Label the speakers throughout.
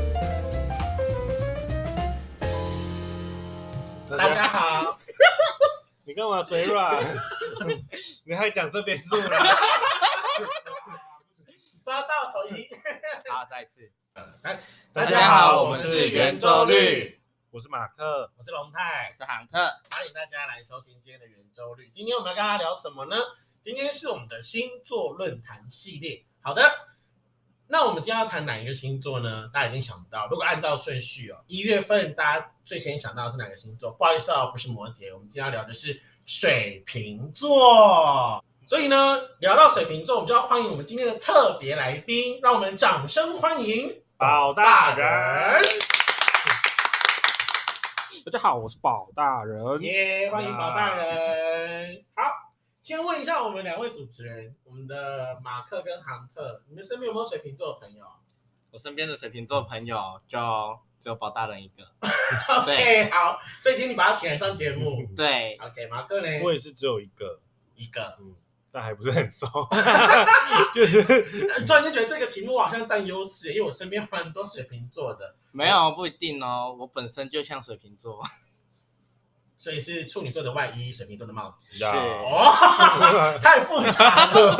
Speaker 1: 干嘛嘴软？ 你还讲这边数 了？
Speaker 2: 抓到丑一，
Speaker 3: 好，再一次，
Speaker 2: 呃三，
Speaker 3: 大家好我们是
Speaker 1: 圆周率，我是马克。
Speaker 2: 我是龙泰
Speaker 3: 我，是航特，
Speaker 2: 欢迎大家来收听今天的圆周率。今天我们要跟大家聊什么呢？今天是我们的星座论坛系列。好的，那我们今天要谈哪一个星座呢？大家已经想不到，如果按照顺序哦，一月份大家最先想到的是哪个星座？不好意思哦，不是摩羯，我们今天要聊的是水瓶座。所以呢，聊到水瓶座，我们就要欢迎我们今天的特别来宾，让我们掌声欢迎
Speaker 1: 宝大人，大家好，我是宝大人。
Speaker 2: 耶欢迎宝大人。好，先问一下我们两位主持人，我们的马克跟杭特，你们身边有没有水瓶座的朋友
Speaker 3: 我身边的水瓶座朋友就只有宝大人一个，
Speaker 2: ？OK，好，所以今天你把他请来上节 目。
Speaker 3: 对，
Speaker 2: OK，马克呢？
Speaker 1: 我也是只有一个，
Speaker 2: 一个，
Speaker 1: 嗯，但还不是很 熟，就是
Speaker 2: 呃突然间觉得这个题目好像占优势，因为我身边蛮多水瓶座的，
Speaker 3: 没有不一定哦，我本身就像水瓶座，
Speaker 2: 所以是处女座的外衣，水瓶座的帽子。
Speaker 3: 是
Speaker 2: 哦， 太复杂 了。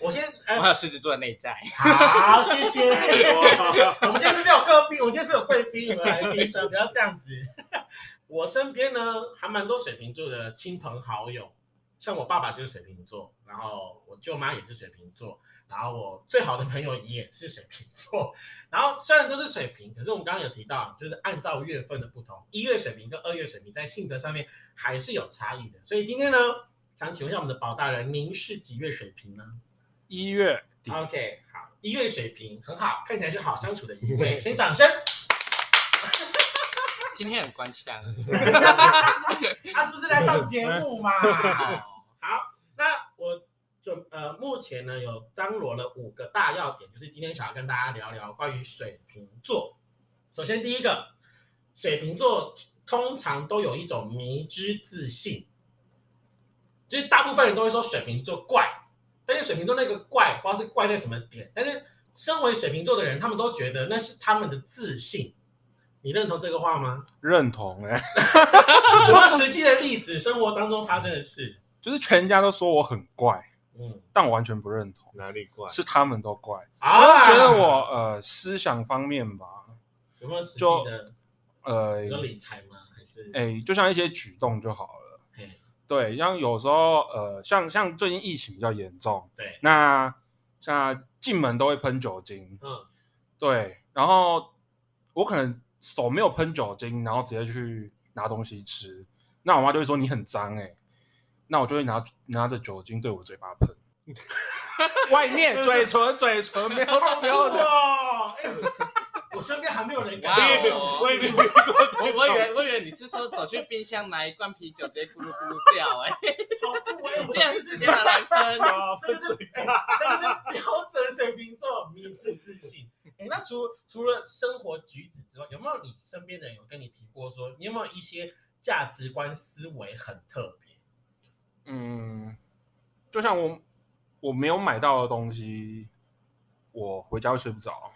Speaker 2: 我先，
Speaker 3: 我
Speaker 2: 呃，
Speaker 3: 还有狮子座的内在，
Speaker 2: 好，谢谢。
Speaker 1: 哇
Speaker 2: 我们今天是不是有贵宾？我们今天是不是有贵宾？有来宾的，不要这样子。我身边呢，还蛮多水瓶座的亲朋好友，像我爸爸就是水瓶座，然后我舅妈也是水瓶座，然后我最好的朋友也是水瓶座。然后虽然都是水瓶，可是我们刚刚有提到，就是按照月份的不同，一月水瓶跟二月水瓶在性格上面还是有差异的。所以今天呢，想请问一下我们的宝大人，您是几月水瓶呢？
Speaker 4: 一月底
Speaker 2: OK，好，一月水平很好，看起来是好相处的一位，先掌声。
Speaker 3: 今天很官腔，
Speaker 2: 他是不是来上节目嘛？
Speaker 3: 哦
Speaker 2: 好，那我准呃，目前呢有张罗了五个大要点，就是今天想要跟大家聊聊关于水瓶座。首先第一个，水瓶座通常都有一种迷之自信，就是大部分人都会说水瓶座怪，但是水瓶座那个怪不知道是怪在什么点，但是身为水瓶座的人，他们都觉得那是他们的自信。你认同这个话吗？
Speaker 4: 认同哎、
Speaker 2: 有没有实际的例子，生活当中发生的事？
Speaker 4: 就是全家都说我很怪，
Speaker 2: 嗯，
Speaker 4: 但我完全不认同，
Speaker 1: 哪里怪？
Speaker 4: 是他们都怪，
Speaker 2: 啊
Speaker 4: 觉得我呃思想方面吧，
Speaker 2: 有没有实际
Speaker 4: 就
Speaker 2: 的？
Speaker 4: 呃，
Speaker 2: 有理财吗？还是？
Speaker 4: 哎、就像一些举动就好了
Speaker 2: 嘿。
Speaker 4: 对，像有时候呃，像像最近疫情比较严重，
Speaker 2: 对，
Speaker 4: 那像进门都会喷酒精，
Speaker 2: 嗯，
Speaker 4: 对，然后我可能手没有喷酒精，然后直接去拿东西吃，那我妈就会说你很脏哎、那我就会拿拿着酒精对我嘴巴 喷，外面嘴唇嘴唇没有没有
Speaker 3: 哦
Speaker 4: 的，
Speaker 2: 哇，哎我身边还没有人
Speaker 1: 啊
Speaker 2: 敢
Speaker 3: 哇
Speaker 2: 这
Speaker 3: 哦
Speaker 2: 样。
Speaker 1: 我也没遇过这
Speaker 3: 我
Speaker 1: 种
Speaker 3: 我以为我以为你是说走去冰箱拿一罐啤酒直接咕噜咕噜掉， 哎，
Speaker 2: 好酷哎！我
Speaker 3: 这样直接拿来喷，
Speaker 1: 啊
Speaker 2: 这就是哎，这就是标准水瓶座迷之自信。哎，那除除了生活举止之外，有没有你身边的人有跟你提过说，你有没有一些价值观思维很特别？
Speaker 4: 嗯，就像我我没有买到的东西，我回家会睡不着，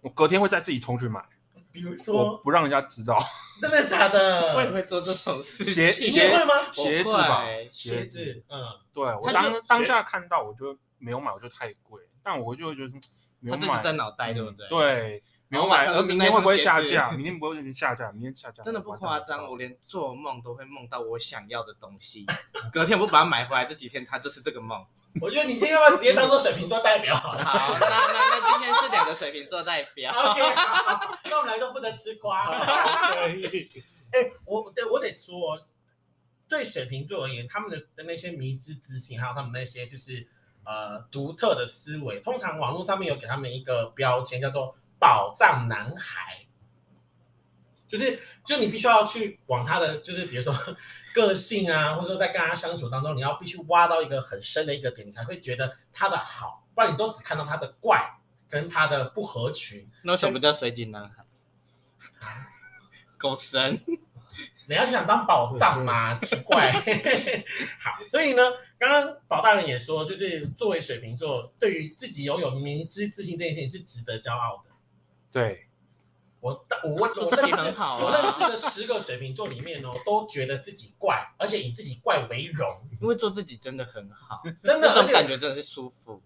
Speaker 4: 我隔天会再自己冲去买，
Speaker 2: 比如
Speaker 4: 我
Speaker 2: 说，
Speaker 4: 不让人家知道
Speaker 2: 真的假的？
Speaker 3: 我也会做这种事
Speaker 4: 鞋
Speaker 2: 你
Speaker 3: 情，
Speaker 2: 也会吗？
Speaker 4: 鞋子吧
Speaker 3: 会，
Speaker 2: 鞋子，嗯，
Speaker 4: 对我
Speaker 3: 他
Speaker 4: 当
Speaker 3: 就
Speaker 4: 当下看到我就没有买，我就太贵，但我就会觉得嗯没
Speaker 3: 他
Speaker 4: 有
Speaker 3: 这是
Speaker 4: 买
Speaker 3: 在脑袋，对不对？
Speaker 4: 嗯。对，没有买，
Speaker 3: 然后晚上
Speaker 4: 而
Speaker 3: 就是
Speaker 4: 明
Speaker 3: 那
Speaker 4: 天会不会
Speaker 3: 双
Speaker 4: 下
Speaker 3: 鞋子
Speaker 4: 架？明天不会下架，明天下架
Speaker 3: 真的不夸张，
Speaker 4: 我
Speaker 3: 我连做梦都会梦到我想要的东西，隔天我不把它买回来，这几天它就是这个梦。
Speaker 2: 我觉得你今天要不要直接当做水瓶座代表好了？
Speaker 3: 好，那那那今天是两个水瓶座代表，
Speaker 2: OK，好那我们来都负责吃瓜。哎、我对我得说，对水瓶座而言，他们的的那些迷之自信，还有他们那些就是呃独特的思维，通常网络上面有给他们一个标签，叫做“宝藏男孩”。就是，就你必须要去往他的，就是比如说 个性啊，或者说在跟他相处当中，你要必须挖到一个很深的一个点，你才会觉得他的好，不然你都只看到他的怪跟他的不合群，
Speaker 3: 那为什么不叫水井男孩？狗神，
Speaker 2: 人家是想当宝藏嘛，
Speaker 3: 嗯
Speaker 2: 奇怪。 好，所以呢，刚刚宝大人也说，就是作为水瓶座，对于自己拥有明知自信这件事情是值得骄傲的。
Speaker 4: 对，
Speaker 2: 我 我问我
Speaker 3: 这
Speaker 2: 认
Speaker 3: 题
Speaker 2: 识
Speaker 3: 很好啊
Speaker 2: 我认识的十个水瓶座里面哦，都觉得自己怪，而且以自己怪为荣，
Speaker 3: 因为做自己真的很好，
Speaker 2: 真的
Speaker 3: 那
Speaker 2: 而
Speaker 3: 种
Speaker 2: 且
Speaker 3: 感觉 真的是舒服。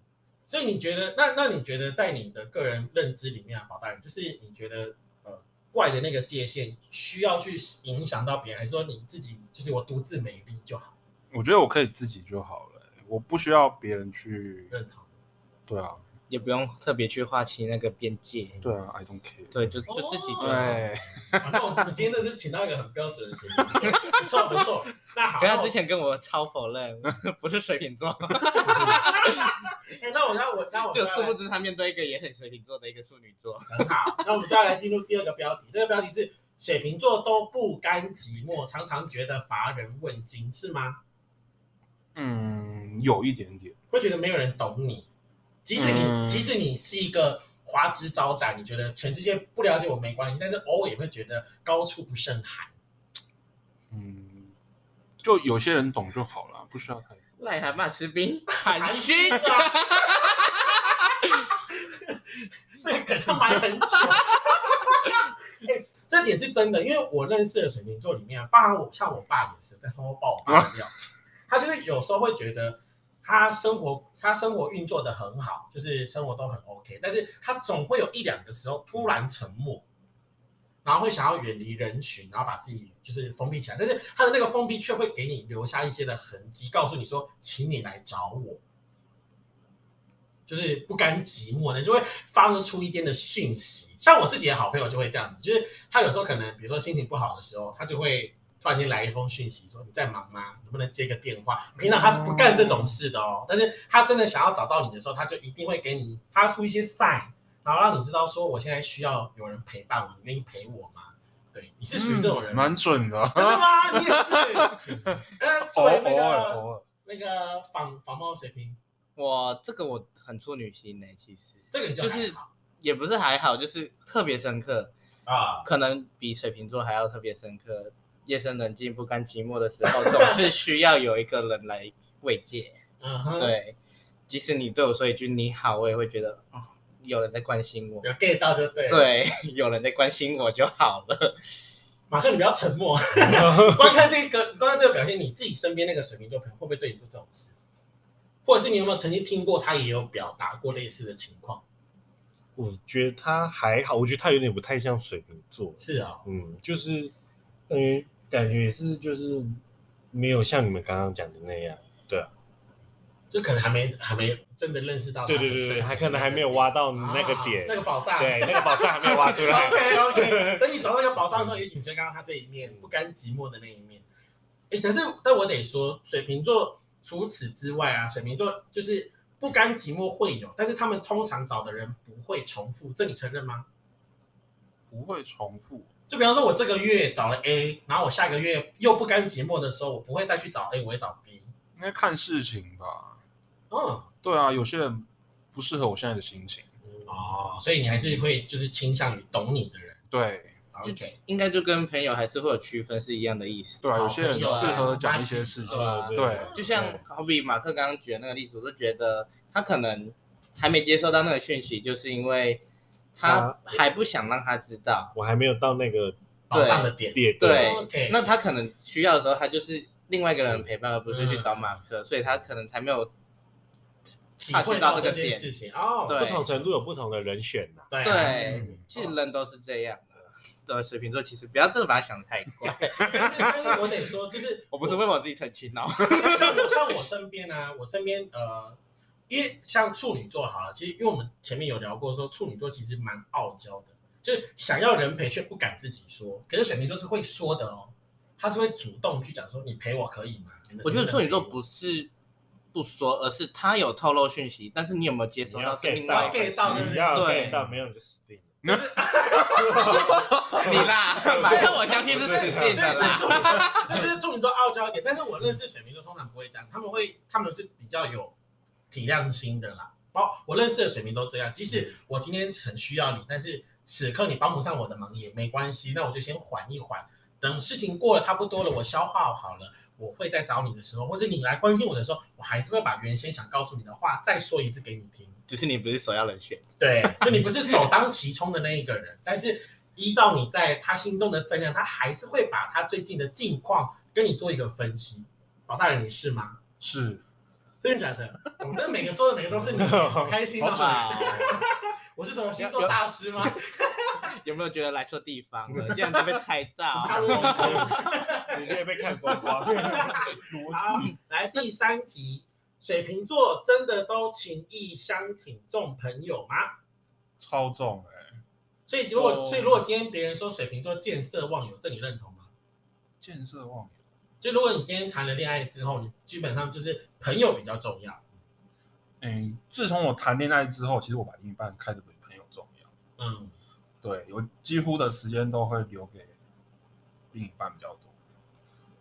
Speaker 2: 所以你觉得，那那你觉得在你的个人认知里面啊，宝大人，就是你觉得呃怪的那个界限需要去影响到别人，还是说你自己就是我独自美丽就好？
Speaker 4: 我觉得我可以自己就好了、我不需要别人去。
Speaker 2: 认同？
Speaker 4: 对啊，
Speaker 3: 也不用特别去划清那个边界。
Speaker 4: 对啊，I don't care。
Speaker 3: 对，就就自己就好。
Speaker 4: 对，
Speaker 2: 啊那我们今天真的是请到一个很标准的水平，不错不错。那好，
Speaker 3: 可是
Speaker 2: 那
Speaker 3: 他
Speaker 2: 我
Speaker 3: 之前跟我超否认， 不是水瓶 座，
Speaker 2: 哎那我那我那我
Speaker 3: 就
Speaker 2: 再
Speaker 3: 殊
Speaker 2: 来
Speaker 3: 不知他面对一个也很水瓶座的一个处女座。
Speaker 2: 很好， 那我们就要来进入第二个标题。这个标题是水瓶座都不甘寂寞，常常觉得乏人问津，是吗？
Speaker 4: 嗯，有一点点。
Speaker 2: 会觉得没有人懂你，即使你、
Speaker 4: 嗯
Speaker 2: 即使你是一个华枝招展，你觉得全世界不了解我没关系，但是偶尔也会觉得高处不胜寒。
Speaker 4: 嗯，就有些人懂就好了，不需要太。
Speaker 3: 癞蛤蟆吃冰，寒心。
Speaker 2: 啊！ 这个梗他埋很久。哎这点是真的，因为我认识的水瓶座里面啊，包含我像我爸也是，但偷偷把我爸掉。他就是有时候会觉得他生活他生活运作的很好，就是生活都很 OK，但是他总会有一两个时候突然沉默，然后会想要远离人群，然后把自己就是封闭起来，但是他的那个封闭却会给你留下一些的痕迹，告诉你说，请你来找我。就是不甘寂寞呢，就会发出一点的讯息。像我自己的好朋友就会这样子，就是他有时候可能，比如说心情不好的时候，他就会突然间来一封讯息说：“你在忙吗？能不能接个电话？”平常他是不干这种事的哦，但是他真的想要找到你的时候，他就一定会给你发出一些 sign，然后让你知道说我现在需要有人陪伴我，你愿意陪我吗？对，你是属于这种人
Speaker 4: 嗯
Speaker 2: 吗？
Speaker 4: 蛮准的。
Speaker 2: 真的吗？
Speaker 1: 啊
Speaker 2: 你也 是？呃，作
Speaker 4: 偶
Speaker 2: 为
Speaker 4: 偶
Speaker 2: 那
Speaker 4: 尔
Speaker 2: 个
Speaker 4: 偶尔，
Speaker 2: 那个仿仿冒水平，
Speaker 3: 我这个我很处女心呢、其实
Speaker 2: 这个你就
Speaker 3: 就是
Speaker 2: 还好
Speaker 3: 也不是还好，就是特别深刻，
Speaker 2: 啊，
Speaker 3: 可能比水瓶座还要特别深刻。夜深人静、不甘寂寞的时候，总是需要有一个人来慰藉。
Speaker 2: 嗯哼，，
Speaker 3: 对，即使你对我说一句“你好”，我也会觉得哦，有人在关心我。
Speaker 2: 有 get 到就对。，
Speaker 3: 对， 有人在关心我就好了。
Speaker 2: 马克你不要沉默， 光看这个，光看这个表现，你自己身边那个水瓶座朋友会不会对你做这种事？或者是你有没有曾经听过他也有表达过类似的情况？
Speaker 1: 我觉得他还好，我觉得他有点不太像水瓶座，
Speaker 2: 是啊、
Speaker 1: 嗯，就是感觉感觉也是就是没有像你们刚刚讲的那样，
Speaker 2: 就可能还没还没真的认识到他
Speaker 1: 对
Speaker 2: 的
Speaker 1: 对
Speaker 2: 深层
Speaker 1: 对对，他可
Speaker 2: 的那个点，
Speaker 1: 能还没有挖到那个点，
Speaker 2: 啊那个宝藏，
Speaker 1: 对，那个宝藏还没有挖出 来。
Speaker 2: OK OK，等你找到一个宝藏的时候，也许你就看到他这一面不甘寂寞的那一面。哎，可是但我得说，水瓶座除此之外啊，水瓶座就是不甘寂寞会有，但是他们通常找的人不会重复，这你承认吗？
Speaker 4: 不会重复。
Speaker 2: 就比方说，我这个月找了 A，然后我下个月又不甘寂寞的时候，我不会再去找 A，我会找 B。
Speaker 4: 应该看事情吧。
Speaker 2: 嗯，
Speaker 4: 对啊，有些人不适合我现在的心情。
Speaker 2: 哦，所以你还是会就是倾向于懂你的人。
Speaker 4: 对
Speaker 2: OK，
Speaker 3: 应该就跟朋友还是会有区分是一样的意思。
Speaker 4: 对啊，
Speaker 2: 好
Speaker 4: 有些人
Speaker 2: 朋友啊
Speaker 4: 适合讲一些事情。
Speaker 3: 啊
Speaker 1: 对
Speaker 4: 对
Speaker 3: 就像好比马克刚刚举的那个例子，我就觉得他可能还没接收到那个讯息，就是因为他还不想让他知道。
Speaker 1: 我还没有到那个
Speaker 2: 宝藏的点。
Speaker 1: 点，
Speaker 3: 对
Speaker 2: OK，
Speaker 3: 哦那他可能需要的时候，他就是另外一个人陪伴，而不是去找马克，所以他可能才没有
Speaker 2: 体
Speaker 3: 察
Speaker 2: 会
Speaker 3: 觉
Speaker 2: 到
Speaker 3: 到
Speaker 2: 这
Speaker 3: 这个
Speaker 2: 件
Speaker 3: 点
Speaker 2: 事情哦。
Speaker 1: 不
Speaker 3: 对
Speaker 1: 同程度有不同的人选呐。
Speaker 2: 对
Speaker 3: 对
Speaker 2: 嗯
Speaker 3: 其实人都是这样的。对，水瓶座其实不要真的把它想得太怪。
Speaker 2: 但是但是我得说， 就是
Speaker 3: 我不是为我自己澄清哦。
Speaker 2: 像我像我身边啊，我身边呃，因为像处女座好了，其实因为我们前面有聊过说，处女座其实蛮傲娇的，就是想要人陪却不敢自己说。可是水瓶座是会说的哦，他是会主动去讲说你陪我可以吗？你能
Speaker 3: 我觉得处 女座，
Speaker 2: 你
Speaker 3: 不是不说，而是他有透露讯息，但是你有没有接收
Speaker 1: 你
Speaker 3: 到
Speaker 1: 要
Speaker 3: 是另
Speaker 1: get
Speaker 3: 外
Speaker 1: 到
Speaker 3: 一回
Speaker 2: 对
Speaker 3: 事。
Speaker 1: 你要
Speaker 3: 对
Speaker 1: get 到，没有你就死定了。
Speaker 3: 你啦，反正我相信是死
Speaker 2: 能
Speaker 3: 定的
Speaker 2: 这是
Speaker 3: 啦。
Speaker 2: 处女座，这是处女座傲娇一点。但是我认识水瓶座通常不会这样，他们会他们是比较有体谅心的啦。包我认识的水瓶都这样，即使我今天很需要你，但是此刻你帮不上我的忙也没关系，那我就先缓一缓，等事情过了差不多了，我消化好了，我会再找你的时候，或者你来关心我的时候，我还是会把原先想告诉你的话再说一次给你听。
Speaker 3: 只是你不是首要人选，
Speaker 2: 对，就你不是首当其冲的那一个人，但是依照你在他心中的分量，他还是会把他最近的近况跟你做一个分析。老大人，你是吗？
Speaker 4: 是，
Speaker 2: 真的假的？ 啊我们这每个说的每个都 是你开心的
Speaker 3: 好
Speaker 2: 吧？
Speaker 3: 吧？
Speaker 2: 我是什么星座大师 吗？
Speaker 3: 有没有觉得来错地方了？这样就被猜
Speaker 2: 他
Speaker 3: 到。
Speaker 2: 问我可以
Speaker 1: 直接被看光光。
Speaker 2: 好，来第三题，水瓶座真的都情意相挺重朋友吗？
Speaker 4: 超重哎、
Speaker 2: 所以如果、
Speaker 4: 哦
Speaker 2: 所以如果今天别人说水瓶座见色忘友，这你认同吗？
Speaker 4: 建设忘友，
Speaker 2: 就如果你今天谈了恋爱之后，你基本上就是朋友比较重要。
Speaker 4: 哎、自从我谈恋爱之后，其实我把另一半看得比朋友重要。
Speaker 2: 嗯，
Speaker 4: 对，有几乎的时间都会留给另一半比较多。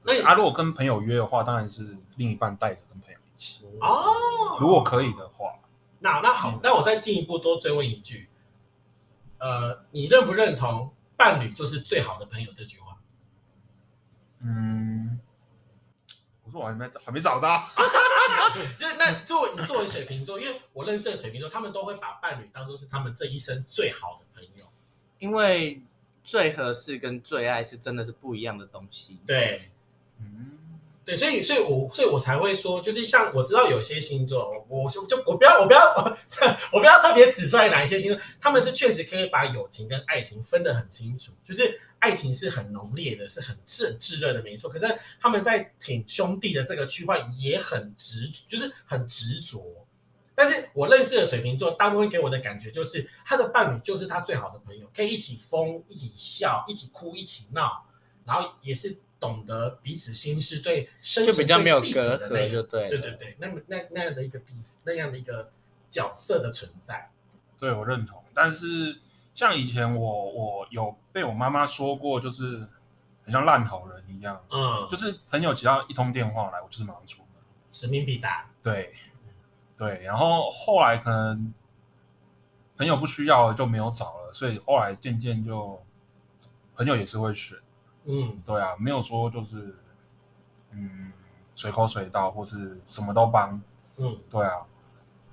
Speaker 2: 那你
Speaker 4: 对啊，如果跟朋友约的话，当然是另一半带着跟朋友一起，
Speaker 2: 哦嗯
Speaker 4: 如果可以的话。
Speaker 2: 那那好，那我再进一步多追问一句，呃，你认不认同伴侣就是最好的朋友这句话？
Speaker 4: 嗯，我说我还没还没找到，
Speaker 2: 就是那作为你作为水瓶座，因为我认识的水瓶座，他们都会把伴侣当做是他们这一生最好的朋友。
Speaker 3: 因为最合适跟最爱是真的是不一样的东西。
Speaker 2: 对，
Speaker 4: 嗯，
Speaker 2: 对，所以，所以我，所以我才会说，就是像我知道有些星座，我我就就我不要，我 不要，我不要特别指出来哪一些星座，他们是确实可以把友情跟爱情分得很清楚，就是爱情是很浓烈的，是很是很炙热的，没错。可是他们在挺兄弟的这个区块也很执，就是很执着。但是我认识的水瓶座，大部分给我的感觉就是，他的伴侣就是他最好的朋友，可以一起疯，一起笑，一起哭，一起闹，然后也是懂得彼此心事，对深
Speaker 3: 就
Speaker 2: 情
Speaker 3: 比较
Speaker 2: 对
Speaker 3: 没有
Speaker 2: 弟弟
Speaker 3: 隔
Speaker 2: 的那
Speaker 3: 阂，
Speaker 2: 一
Speaker 3: 就对了。
Speaker 2: 对对对，那么那那样的一个比那样的一个角色的存在，
Speaker 4: 对我认同。但是像以前我我有被我妈妈说过，就是很像烂好人一样，
Speaker 2: 嗯，就
Speaker 4: 就
Speaker 2: 是
Speaker 4: 朋友只要一通电话来，我就是马上出门。
Speaker 2: 使命必达，
Speaker 4: 对，对，然后后来可能朋友不需要了就没有找了，所以后来渐渐就朋友也是会选，
Speaker 2: 嗯，
Speaker 4: 对啊，没有说就是嗯随口随到或是什么都帮，
Speaker 2: 嗯，
Speaker 4: 对啊，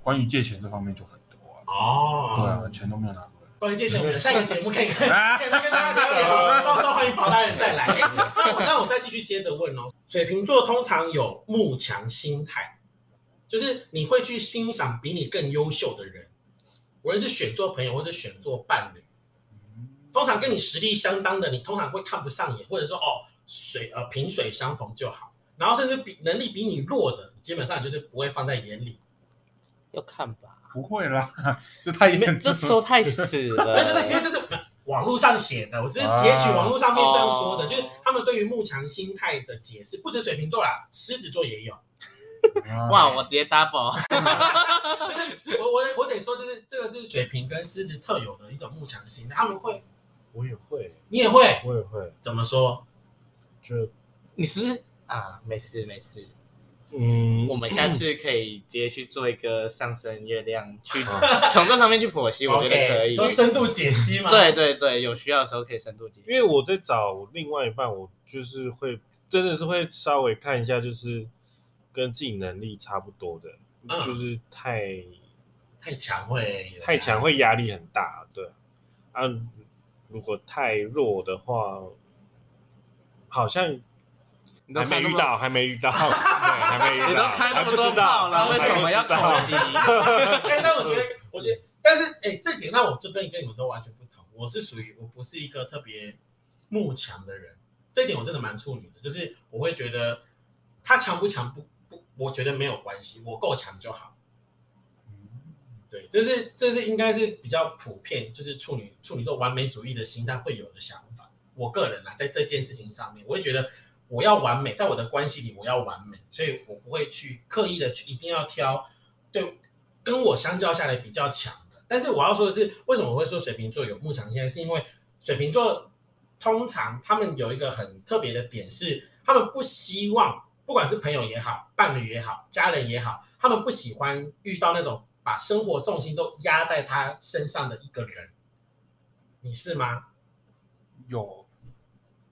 Speaker 4: 关于借钱这方面就很多啊，对
Speaker 2: 哦，
Speaker 3: 嗯
Speaker 4: 啊，钱都没有拿过来。
Speaker 2: 关于这些，我们下一个节目可以看。
Speaker 4: 啊
Speaker 2: 可哎以跟大家聊聊，到时候欢迎宝大人再来。哎那我那我再继续接着问哦，水瓶座通常有慕强心态，就是你会去欣赏比你更优秀的人，无论是选做朋友或者选做伴侣，
Speaker 4: 嗯
Speaker 2: 通常跟你实力相当的，你通常会看不上眼，或者说哦水呃萍水相逢就好。然后甚至比能力比你弱的，基本上就是不会放在眼里。
Speaker 3: 要看吧。
Speaker 4: 不会啦，这太
Speaker 3: 没
Speaker 4: 严
Speaker 3: 这
Speaker 4: 重
Speaker 3: 说太死
Speaker 2: 那
Speaker 3: 了，
Speaker 2: 就是因为这是网络上写的，我只是截取网络上面这样说的，
Speaker 3: 啊哦
Speaker 2: 就是他们对于慕强心态的解释，不止水瓶座啦，狮子座也有。
Speaker 4: 了
Speaker 3: 哇，哦我直接 double，
Speaker 2: 我我我得说，这是这个是水瓶跟狮子特有的一种慕强心态，他们会，
Speaker 1: 我也会，
Speaker 2: 你也会
Speaker 1: 我也会，
Speaker 2: 怎么说？
Speaker 1: 就
Speaker 3: 你是不是啊？没事没事，
Speaker 1: 嗯，
Speaker 3: 我们下次可以直接去做一个上升月亮，去 从这方面去剖析，我觉得可
Speaker 2: OK，
Speaker 3: 以。
Speaker 2: 说深度解析嘛？
Speaker 3: 对，对对，有需要的时候可以深度解析。
Speaker 1: 因为我在找我另外一半，我就是会真的是会稍微看一下，就是跟自己能力差不多的，
Speaker 2: 嗯
Speaker 1: 就是太
Speaker 2: 太强会
Speaker 3: 啊
Speaker 2: 有
Speaker 1: 太强会压力很大，对啊，如果太弱的话，好像
Speaker 3: 你都
Speaker 1: 还没
Speaker 3: 看那
Speaker 1: 遇
Speaker 3: 么
Speaker 1: 到，还没遇 到，对，还没遇到，
Speaker 3: 你都开那
Speaker 1: 还
Speaker 3: 么
Speaker 1: 不知
Speaker 3: 多炮
Speaker 1: 道
Speaker 3: 了，为
Speaker 1: 还
Speaker 3: 什么
Speaker 1: 不
Speaker 3: 要
Speaker 1: 知道
Speaker 3: 剖析？
Speaker 2: 哎，但我觉得，我觉得，但是哎、这点那我就真的跟你们都完全不同。我是属于我不是一个特别慕强的人，这点我真的蛮处女的，就是我会觉得他强不强不不，我觉得没有关系，我够强就好。
Speaker 4: 嗯
Speaker 2: 对，这是这是应该是比较普遍，就是处女处女座完美主义的心态会有的想法。我个人啊，在这件事情上面，我会觉得我要完美，在我的关系里我要完美，所以我不会去刻意的去一定要挑对跟我相较下来比较强的。但是我要说的是，为什么我会说水瓶座有慕强心态，是因为水瓶座通常他们有一个很特别的点是，他们不希望不管是朋友也好、伴侣也好、家人也好，他们不喜欢遇到那种把生活重心都压在他身上的一个人。你是吗？
Speaker 4: 有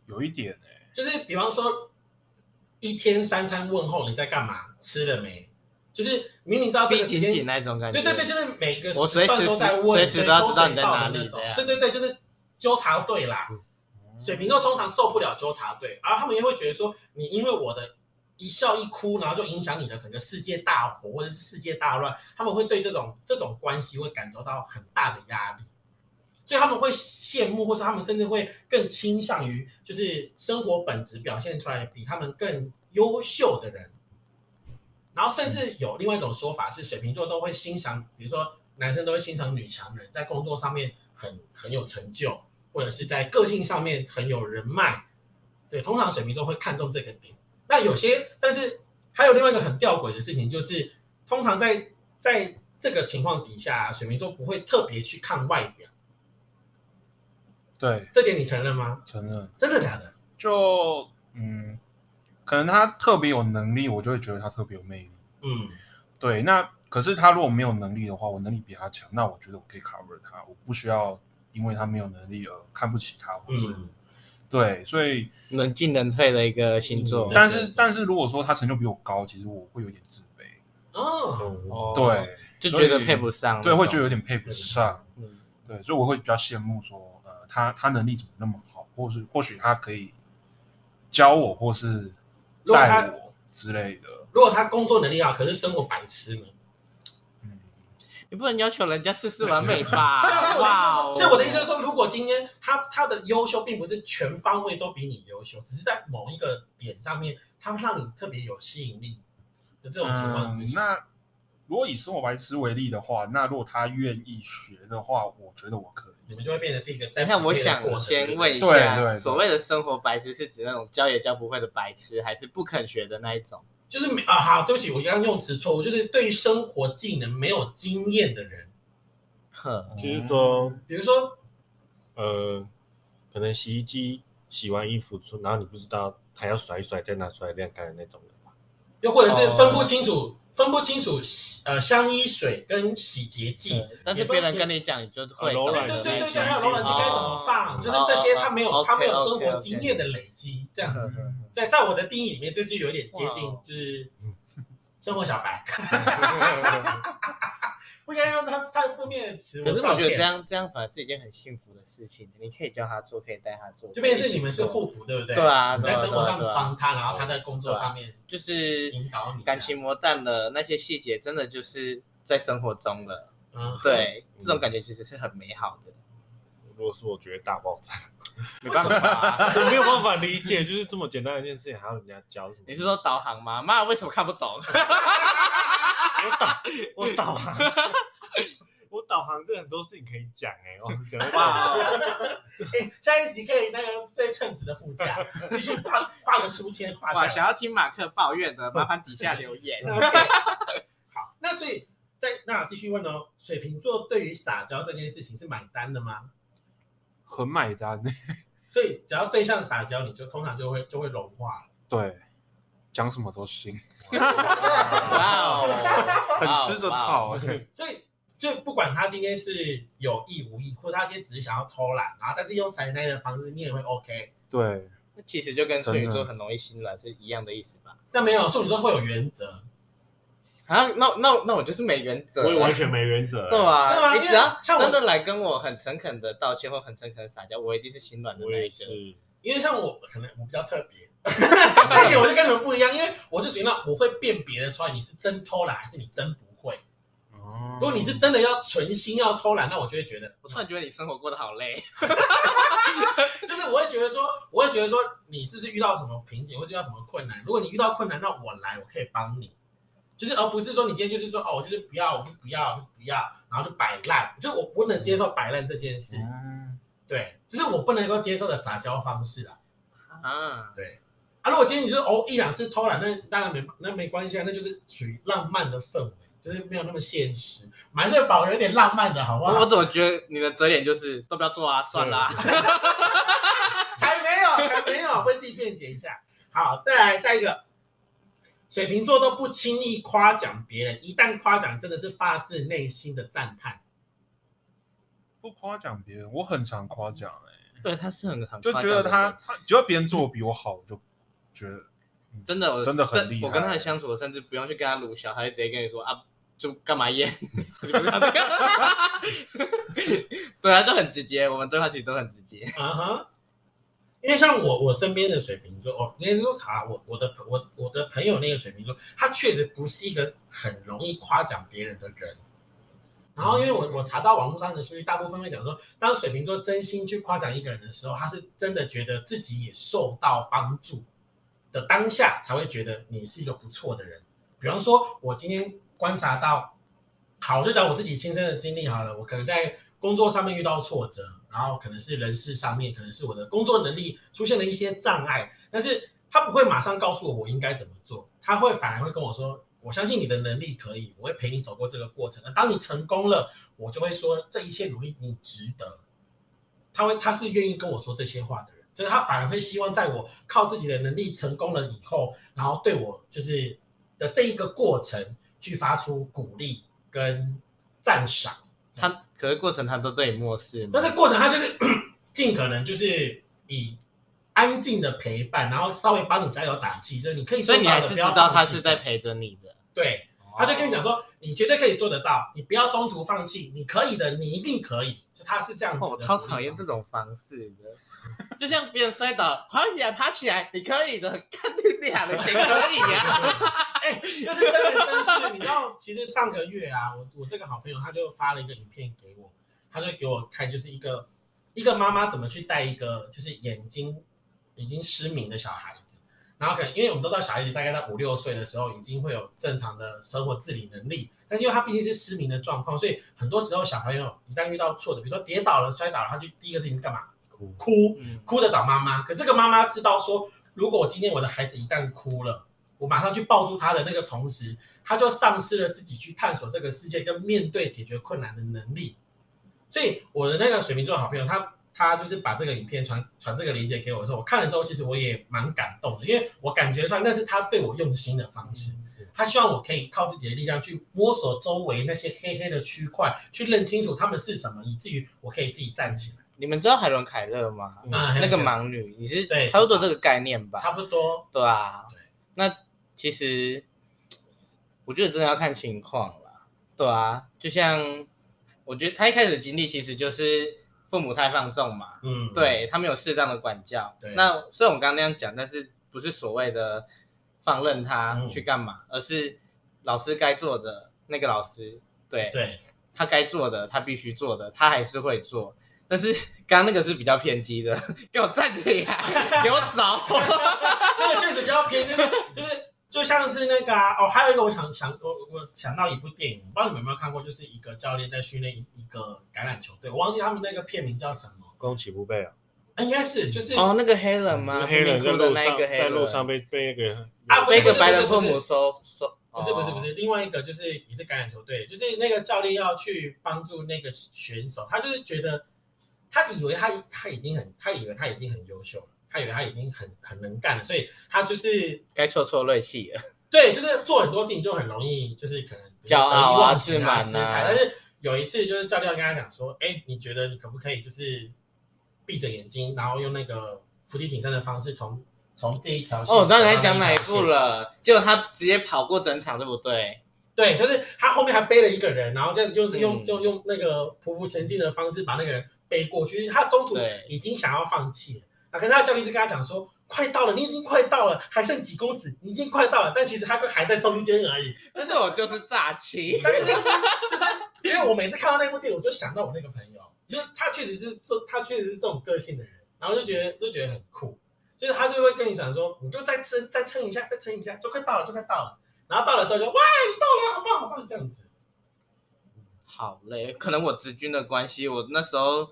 Speaker 4: 有一点哎、
Speaker 2: 就是比方说，一天三餐问候你在干嘛，吃了没？就是明明知道这
Speaker 3: 逼
Speaker 2: 个时
Speaker 3: 紧
Speaker 2: 间
Speaker 3: 紧那种感觉。
Speaker 2: 对对对，就是每个
Speaker 3: 我随
Speaker 2: 段
Speaker 3: 时
Speaker 2: 都在
Speaker 3: 随
Speaker 2: 问，
Speaker 3: 随时都要知道你在
Speaker 2: 到的
Speaker 3: 哪里
Speaker 2: 那种
Speaker 3: 这样
Speaker 2: 对对对，就是纠察队啦。
Speaker 4: 嗯
Speaker 2: 水瓶座通常受不了纠察队，而他们也会觉得说，你因为我的一笑一哭，然后就影响你的整个世界大火或者是世界大乱，他们会对这种这种关系会感受到很大的压力，所以他们会羡慕，或是他们甚至会更倾向于就是生活本质表现出来比他们更优秀的人。然后甚至有另外一种说法是，水瓶座都会欣赏，比如说男生都会欣赏女强人，在工作上面很很有成就，或者是在个性上面很有人脉。对，通常水瓶座会看重这个点。那有些，但是还有另外一个很吊诡的事情，就是通常在在这个情况底下，水瓶座不会特别去看外表，
Speaker 4: 对，
Speaker 2: 这点你承认吗？
Speaker 4: 承认。
Speaker 2: 真的假的？
Speaker 4: 就嗯，可能他特别有能力，我就会觉得他特别有魅力。
Speaker 2: 嗯，
Speaker 4: 对，那可是他如果没有能力的话，我能力比他强，那我觉得我可以 cover 他，我不需要因为他没有能力而看不起他，或是、
Speaker 2: 嗯
Speaker 4: 对，所以
Speaker 3: 能进能退的一个星座
Speaker 2: 对嗯。
Speaker 4: 但是但是如果说他成就比我高，其实我会有点自卑，
Speaker 2: 哦，
Speaker 1: 哦，
Speaker 4: 对
Speaker 3: 就
Speaker 4: 所
Speaker 3: 觉得
Speaker 4: 以
Speaker 3: 配不上那种，
Speaker 4: 对，会觉得有点配不上，
Speaker 3: 嗯
Speaker 4: 对，所以我会比较羡慕说，呃，他他能力怎么那么好，或是或许他可以教我，或是
Speaker 2: 如果他
Speaker 4: 带我之类的，
Speaker 2: 如果他工作能力好，可是生活白痴呢？
Speaker 4: 嗯，
Speaker 3: 你不能要求人家事事完美吧？哇哦
Speaker 2: 所以我的意思是说，如果今天他他的优秀并不是全方位都比你优秀，只是在某一个点上面，他让你特别有吸引力的这种情况之
Speaker 4: 嗯
Speaker 2: 下，
Speaker 4: 那如果以生活白痴为例的话，那如果他愿意学的话，我觉得我可以。
Speaker 2: 你们就会变成是一个在
Speaker 3: 等一下，
Speaker 2: 匹
Speaker 3: 我
Speaker 2: 配的
Speaker 3: 想
Speaker 2: 过程
Speaker 3: 先
Speaker 2: 对
Speaker 3: 问一
Speaker 4: 对对
Speaker 3: 下，
Speaker 4: 对
Speaker 3: 所谓的生活白痴是指那种教也教不会的白痴，还是不肯学的那一种？
Speaker 2: 就是没啊，好，对不起，我刚刚用词错误，就是对于生活技能没有经验的人，
Speaker 3: 哼，
Speaker 1: 就是说，
Speaker 2: 比如说，
Speaker 1: 呃，可能洗衣机洗完衣服出，然后你不知道还要甩一甩，再拿出来晾干的那种人吧。
Speaker 2: 又或者是
Speaker 4: 哦
Speaker 2: 分不清楚、
Speaker 3: 嗯
Speaker 2: 分不清楚洗呃香衣水跟洗洁剂，
Speaker 3: 嗯但是别人跟你讲，你就会懂
Speaker 1: 柔软
Speaker 3: 的
Speaker 2: 对
Speaker 3: 那
Speaker 1: 的
Speaker 2: 对对
Speaker 1: 那
Speaker 2: 对
Speaker 1: 洗
Speaker 2: 对，
Speaker 1: 衣
Speaker 2: 还有
Speaker 1: 机
Speaker 2: 柔软剂该怎
Speaker 3: 哦
Speaker 2: 么放，就是这些他没有、他没有生活经验的累积，这样
Speaker 3: 嗯
Speaker 2: 子。在在我的定义里面，这就有点接近
Speaker 3: 哇
Speaker 2: 就是生活小白，不应该用它太负面的词，
Speaker 3: 可是
Speaker 2: 道
Speaker 3: 我觉得这
Speaker 2: 歉。
Speaker 3: 样这样反而是一件很幸福的事情，你可以教他做，可以带他做，
Speaker 2: 就变成
Speaker 3: 可以
Speaker 2: 是
Speaker 3: 一起
Speaker 2: 你们是
Speaker 3: 做
Speaker 2: 互补，对不对？
Speaker 3: 对啊，
Speaker 2: 你
Speaker 3: 对
Speaker 2: 在
Speaker 3: 啊
Speaker 2: 生活上
Speaker 3: 对啊对啊
Speaker 2: 帮他，然后他在工作上面
Speaker 3: 就是
Speaker 2: 引导你，
Speaker 3: 感情磨淡了，那些细节真的就是在生活中了。
Speaker 2: 嗯，
Speaker 3: 对，这种感觉其实是很美好的。
Speaker 1: 如果是我觉得大爆炸，
Speaker 3: 没办法 啊，
Speaker 1: 我没有办法理解，就是这么简单的一件事情，还要人家教什么？
Speaker 3: 你是说导航吗？妈，为什么看不懂？
Speaker 1: 我导航？ 我导航这很多事情可以讲哎、我讲到
Speaker 3: 哇哦！
Speaker 2: 哎，下一集可以那个对称值的附加，继续画画个书签，画
Speaker 3: 哇，
Speaker 2: 下来。
Speaker 3: 想要听马克抱怨的，麻烦底下留言。
Speaker 2: 好，那所以在那继续问哦，水瓶座对于撒娇这件事情是买单的吗？
Speaker 4: 很买单，
Speaker 2: 所以只要对象撒娇，你就通常就会就会融化了。
Speaker 4: 对，讲什么都行，
Speaker 3: 哇哦，
Speaker 4: 很吃这套、欸。
Speaker 2: 所以就不管他今天是有意无意，或者他今天只是想要偷懒，然后但是用撒奶的方式，你也会 OK。
Speaker 4: 对，
Speaker 3: 那其实就跟处女座很容易心软是一样的意思吧？
Speaker 2: 但没有处女座会有原则，
Speaker 3: 啊，那那那我就是没原则啊，
Speaker 1: 我也完全没原则、欸
Speaker 3: 对
Speaker 2: 真的吗
Speaker 3: 啊，你只要
Speaker 2: 因为像我
Speaker 3: 真的来跟我很诚恳的道歉或很诚恳的撒娇，我一定是心软的
Speaker 1: 我
Speaker 3: 那
Speaker 1: 也
Speaker 3: 一个。
Speaker 1: 是，
Speaker 2: 因为像我可能我比较特别，这一点我就跟你们不一样，因为我是属于那种我会辨别的出来你是真偷懒还是你真不会。
Speaker 4: 哦
Speaker 2: 如果你是真的要存心要偷懒，那我就会觉得
Speaker 3: 我突然觉得你生活过得好累，
Speaker 2: 就是我会觉得说，我会觉得说，你是不是遇到什么瓶颈，或是遇到什么困难？如果你遇到困难，那我来，我可以帮你。就是而不是说你今天就是说哦，我就是不要，我就不要，我就不要，然后就摆烂。就我不能接受摆烂这件事，
Speaker 4: 嗯
Speaker 2: 对，这是我不能够接受的撒娇方式啊。
Speaker 3: 啊，
Speaker 2: 啊，如果今天你是哦一两次偷懒，那当然没那没关系啊，那就是属于浪漫的氛围，就是没有那么现实，我们还是会保留一点浪漫的，好不
Speaker 3: 我我
Speaker 2: 好？
Speaker 3: 怎么觉得你的嘴脸就是都不要做啊，算啦、
Speaker 2: 才没有，才没有，为自己辩解一下。好，再来下一个。水瓶座都不轻易夸奖别人，一旦夸奖，真的是发自内心的赞叹。
Speaker 4: 不夸奖别人，我很常夸奖 哎，
Speaker 3: 对，他是很很嗯
Speaker 4: 就
Speaker 3: 夸
Speaker 4: 觉
Speaker 3: 张
Speaker 4: 得
Speaker 3: 的
Speaker 4: 他
Speaker 3: 人
Speaker 4: 他只要别人做得比我好，我就觉得
Speaker 3: 真的我
Speaker 4: 真的很
Speaker 3: 甚
Speaker 4: 厉害
Speaker 3: 我跟他的相处，我甚至不用去跟他鲁小，他就直接跟你说啊，就干嘛演？我就不知道这个 对啊，就很直接，我们对话其实都很直接。
Speaker 2: 嗯哼，因为像我我身边的水瓶座，哦，应该是说卡我我的朋我我的朋友那个水瓶座，他确实不是一个很容易夸奖别人的人。然后因为我我查到网络上的数据，大部分会讲说，当水瓶座真心去夸奖一个人的时候，他是真的觉得自己也受到帮助的当下，才会觉得你是一个不错的人。比方说，我今天观察到，好，我就讲我自己亲身的经历好了。我可能在工作上面遇到挫折，然后可能是人事上面，可能是我的工作能力出现了一些障碍，但是他不会马上告诉我我应该怎么做，他会反而会跟我说，我相信你的能力可以，我会陪你走过这个过程。而当你成功了，我就会说这一切努力你值得。他会，他是愿意跟我说这些话的人，就是他反而会希望在我靠自己的能力成功了以后，然后对我就是的这一个过程去发出鼓励跟赞赏。
Speaker 3: 他可是过程他都对你漠视嘛。
Speaker 2: 但是过程他就是 尽可能就是以安静的陪伴，然后稍微帮你加油打气，就是你可以做
Speaker 3: 所以
Speaker 2: 到的，
Speaker 3: 你还是知
Speaker 2: 不要
Speaker 3: 道他
Speaker 2: 放弃
Speaker 3: 是在陪着哦你的。
Speaker 2: 对，他就跟你讲说，你绝对可以做得到，你不要中途放弃，你可以的，你一定可以。就他是这样子的、
Speaker 3: 哦，我超讨厌这。种方式的， 就像别人摔倒，爬起来，爬起来，你可以的， 看你俩的，谁可以 啊？
Speaker 2: 这哎是真的真事，你知道，其实上个月啊，我我这个好朋友他就发了一个影片给我，他就给我看，就是一个一个妈妈怎么去带一个就是眼睛已经失明的小孩子，然后可能因为我们都知道小孩子大概在五六岁的时候已经会有正常的生活自理能力，但是因为他毕竟是失明的状况，所以很多时候小朋友一旦遇到挫折，比如说跌倒了、摔倒了，他就第一个事情是干嘛？
Speaker 1: 哭
Speaker 2: 哭，
Speaker 3: 嗯，
Speaker 2: 哭着找妈妈。可这个妈妈知道说，如果我今天我的孩子一旦哭了，我马上去抱住他的那个同时，他就丧失了自己去探索这个世界跟面对解决困难的能力。所以我的那个水瓶座好朋友，他他就是把这个影片传传这个链接给我的时候，我看了之后，其实我也蛮感动的，因为我感觉上那是他对我用心的方式。他希望我可以靠自己的力量去摸索周围那些黑黑的区块，去认清楚他们是什么，以至于我可以自己站起来。
Speaker 3: 你们知道海伦凯勒吗？
Speaker 1: 嗯
Speaker 2: 啊，
Speaker 3: 那个盲女，你是
Speaker 2: 对
Speaker 3: 差不多这个概念吧？
Speaker 2: 差不多，
Speaker 3: 对啊
Speaker 2: 对，
Speaker 3: 那其实我觉得真的要看情况啦。对啊，就像我觉得他一开始的经历其实就是父母太放纵嘛，
Speaker 2: 嗯，
Speaker 3: 对他们有适当的管教
Speaker 2: 对。
Speaker 3: 那虽然我刚刚那样讲，但是不是所谓的放任他
Speaker 2: 嗯
Speaker 3: 去干嘛，而是老师该做的那个老师，对
Speaker 2: 对，
Speaker 3: 他该做的，他必须做的，他还是会做。但是刚刚那个是比较偏激的， 给我站起来，给我走。
Speaker 2: 那个确实比较偏，就是就是就像是那个啊，哦，还有一个我想想我我想到一部电影，我不知道你们有没有看过，就是一个教练在训练一一个橄榄球队，我忘记他们那个片名叫什么，
Speaker 1: 攻其不备啊！
Speaker 2: 啊应该是就是
Speaker 3: 哦，那个黑人
Speaker 1: 就
Speaker 3: 吗？
Speaker 1: 是黑人在
Speaker 3: 哭的
Speaker 1: 路
Speaker 3: 那一
Speaker 1: 上，
Speaker 3: 个黑
Speaker 1: 在
Speaker 3: 人，
Speaker 1: 路上被被那个
Speaker 2: 啊不
Speaker 3: 被
Speaker 2: 是
Speaker 3: 一个
Speaker 2: 不是
Speaker 3: 白人
Speaker 2: 不是
Speaker 3: 父母收收。
Speaker 2: 不是不是不
Speaker 3: 哦，
Speaker 2: 是，另外一个就是也是橄榄球队，就是那个教练要去帮助那个选手，他就是觉得他以为他他已经很他以为他已经很优秀了，他以为他已经很很能干了，所以他就是
Speaker 3: 该挫挫锐气了。
Speaker 2: 对，就是做很多事情就很容易，就是可能呃
Speaker 3: 骄傲啊
Speaker 2: 得意忘形
Speaker 3: 自
Speaker 2: 失
Speaker 3: 满啊
Speaker 2: 态。但是有一次，就是教练跟他讲说：“哎，你觉得你可不可以就是闭着眼睛，然后用那个伏地挺身的方式从，从这一条线
Speaker 3: 哦，我知道你在
Speaker 2: 走到
Speaker 3: 讲
Speaker 2: 那
Speaker 3: 哪一
Speaker 2: 条
Speaker 3: 部
Speaker 2: 线
Speaker 3: 了，结果他直接跑过整场，对不对？
Speaker 2: 对，就是他后面还背了一个人，然后这样就是用、
Speaker 3: 嗯
Speaker 2: 就用那个匍匐前进的方式把那个人背过去。因为他中途
Speaker 3: 对
Speaker 2: 已经想要放弃了，啊，可是他的教练就跟他讲说：“快到了，你已经快到了，还剩几公尺，你已经快到了。”但其实他就还在中间而已。
Speaker 3: 但是我就是炸 气，
Speaker 2: 但是就是因为我每次看到那部电影，我就想到我那个朋友，就是他确实是这，他确实是这种个性的人，然后就觉得就觉得很酷，就是他就会跟你讲说，你就再撑再撑一下，再撑一下，就快到了，就快到了，然后到了之后就哇，你到了，好棒好棒，这样子。
Speaker 3: 好累。可能我直军的关系，我那时候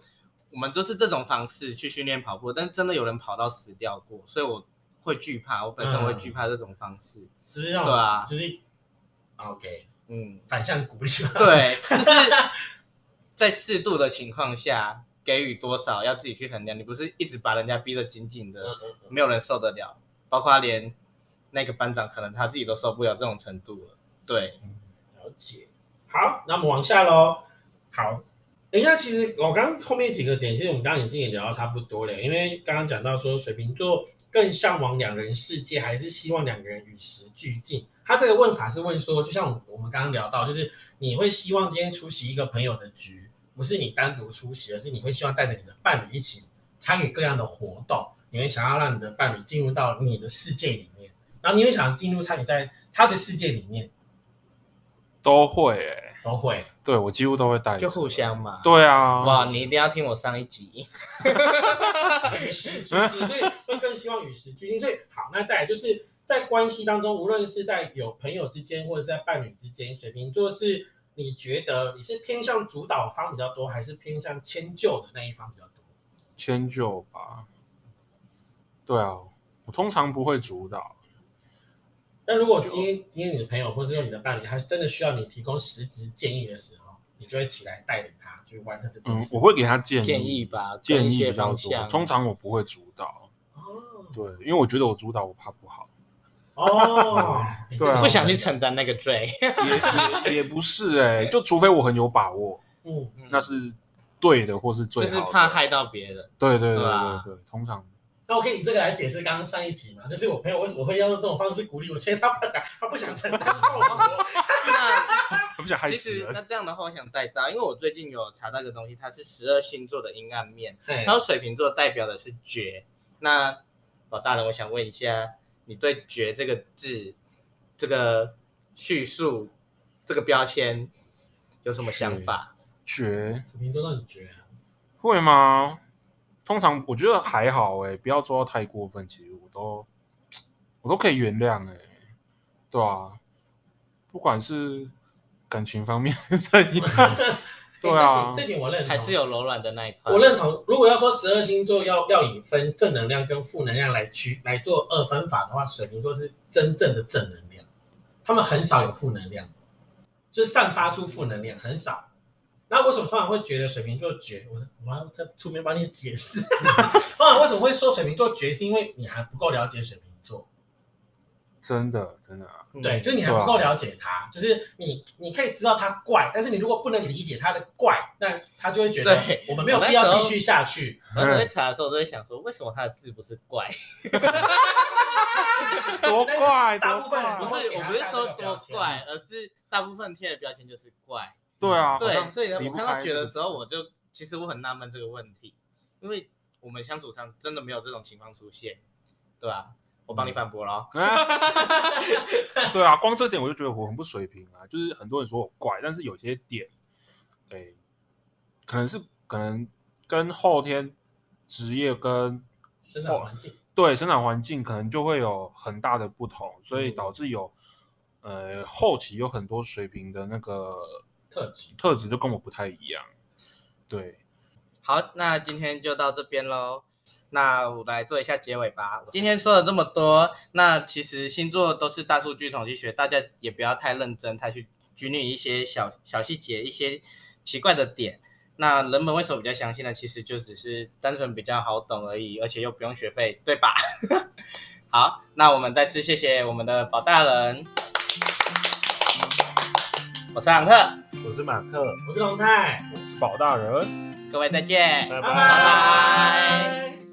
Speaker 3: 我们就是这种方式去训练跑步，但真的有人跑到死掉过，所以我会惧怕，我本身
Speaker 4: 嗯
Speaker 3: 会惧怕这种方式。
Speaker 2: 就是让
Speaker 3: 对
Speaker 2: 我，
Speaker 3: 啊，
Speaker 2: 就是啊 OK
Speaker 3: 嗯，
Speaker 2: 反向鼓励嘛。
Speaker 3: 对，就是在适度的情况下给予多少，要自己去衡量。你不是一直把人家逼得紧紧
Speaker 2: 嗯
Speaker 3: 的，
Speaker 2: 嗯嗯
Speaker 3: 没有人受得了，包括连那个班长，可能他自己都受不了这种程度了。对，
Speaker 4: 嗯
Speaker 2: 了解。好，那我们往下喽。好，诶那其实我刚刚后面几个点，其实我们刚刚已经也聊到差不多了，因为刚刚讲到说水瓶座更向往两人世界，还是希望两个人与时俱进？他这个问法是问说，就像我们刚刚聊到，就是你会希望今天出席一个朋友的局，不是你单独出席，而是你会希望带着你的伴侣一起参与各样的活动，你会想要让你的伴侣进入到你的世界里面，然后你会想进入参与在他的世界里面，
Speaker 4: 都会欸，
Speaker 2: 都会。
Speaker 4: 对我几乎都会带着，
Speaker 3: 就互相嘛。
Speaker 4: 对啊，
Speaker 3: 哇，你一定要听我上一集。
Speaker 2: 与时俱进，所以会更希望与时俱进。所以好，那再来就是在关系当中，无论是在有朋友之间，或者是在伴侣之间，水瓶座是你觉得你是偏向主导方比较多，还是偏向迁就的那一方比较多？
Speaker 4: 迁就吧。对啊，我通常不会主导，
Speaker 2: 但如果今
Speaker 4: 哦
Speaker 2: 天今天你的朋友或是用你的伴侣，他真的需要你提供实质建议的时候，你就会起来带领他去完成这件
Speaker 4: 嗯
Speaker 2: 事。，
Speaker 4: 我会给他建议，
Speaker 3: 建议吧，
Speaker 4: 建
Speaker 3: 跟一
Speaker 4: 议
Speaker 3: 些
Speaker 4: 比较
Speaker 3: 方
Speaker 4: 多。
Speaker 3: 向。
Speaker 4: 通常我不会主导，
Speaker 2: 哦
Speaker 4: 对，因为我觉得我主导我怕不 好，
Speaker 2: 哦，你
Speaker 4: 啊
Speaker 2: 真的
Speaker 3: 不想去承担那个罪。
Speaker 4: 也也也不是哎、就除非我很有把握，
Speaker 2: 嗯，
Speaker 4: 那是对的或 是
Speaker 3: 就
Speaker 4: 最好
Speaker 3: 是
Speaker 4: 的，
Speaker 3: 怕害到别 人。
Speaker 4: 对对对
Speaker 3: 对
Speaker 4: 对
Speaker 3: 啊
Speaker 4: 对，通常
Speaker 2: 那我可以以这个来解释刚刚上一题嘛，就是我朋友为什么会要用这种方式鼓励我，其实他本来他不想承担后果。
Speaker 3: 那
Speaker 4: 我不想害
Speaker 3: 其
Speaker 4: 死
Speaker 3: 实
Speaker 4: 人
Speaker 3: 那这样的话，我想带到，因为我最近有查到一个东西，它是十二星座的阴暗面，
Speaker 2: 对
Speaker 3: 然后水瓶座代表的是绝。那老大人，我想问一下，你对“绝”这个字、这个叙述、这个标签有什么想法？
Speaker 4: 绝
Speaker 2: 水瓶座让你觉得啊
Speaker 4: 会吗？通常我觉得还好哎、不要做到太过分，其实我都我都可以原谅哎、对啊，不管是感情方面 是怎样，对啊
Speaker 2: 这点这点我认同，
Speaker 3: 还是有柔软的那一块？
Speaker 2: 我认同。如果要说十二星座要要以分正能量跟负能量来区来做二分法的话，水瓶座是真正的正能量，他们很少有负能量，就是散发出负能量很少。那为什么突然会觉得水瓶座绝？我我要在出面帮你解释。 突然为什么会说水瓶座绝，是因为你还不够了解水瓶座。
Speaker 4: 真的真的啊，
Speaker 3: 嗯
Speaker 2: 对，就是你还不够了解他，就是你你可以知道他怪，但是你如果不能理解他的怪，那他就会觉得
Speaker 3: 对
Speaker 2: 我们没有必要继续下去。
Speaker 3: 然后我在查的时候，我都在想说，为什么它的字不是 怪？
Speaker 4: 多怪
Speaker 2: 大部
Speaker 4: 多
Speaker 2: 分人
Speaker 4: 怪
Speaker 3: 不
Speaker 2: 都，
Speaker 3: 是，我不是说多怪，而是大部分贴的标签就是怪。
Speaker 4: 对啊，好
Speaker 3: 对，
Speaker 4: 像
Speaker 3: 所以呢，
Speaker 4: 离
Speaker 3: 我
Speaker 4: 不
Speaker 3: 看到
Speaker 4: 开
Speaker 3: 觉
Speaker 4: 这
Speaker 3: 得
Speaker 4: 个
Speaker 3: 时候，
Speaker 4: 词
Speaker 3: 我就其实我很纳闷这个问题，因为我们相处上真的没有这种情况出现，对吧、我
Speaker 4: 嗯
Speaker 3: 帮你反驳了，
Speaker 4: 哎对啊，光这点我就觉得我很不水平啊。就是很多人说我怪，但是有些点，哎、可能是可能跟后天职业跟
Speaker 2: 生长环境。
Speaker 4: 对生长环境可能就会有很大的不同，所
Speaker 3: 嗯
Speaker 4: 以导致有、呃后期有很多水平的那个
Speaker 2: 特质
Speaker 4: 特质就跟我不太一样。对，
Speaker 3: 好，那今天就到这边喽。那我来做一下结尾吧。今天说了这么多，那其实星座都是大数据统计学，大家也不要太认真，太去拘泥一些小小细节、一些奇怪的点。那人们为什么比较相信呢？其实就只是单纯比较好懂而已，而且又不用学费，对吧？ 好，那我们再次谢谢我们的宝大人，我是朗克，
Speaker 1: 我是马克，
Speaker 2: 我是龙泰，
Speaker 4: 我是宝大人。
Speaker 3: 各位再见，
Speaker 1: 拜拜。
Speaker 2: 拜
Speaker 3: 拜
Speaker 2: 拜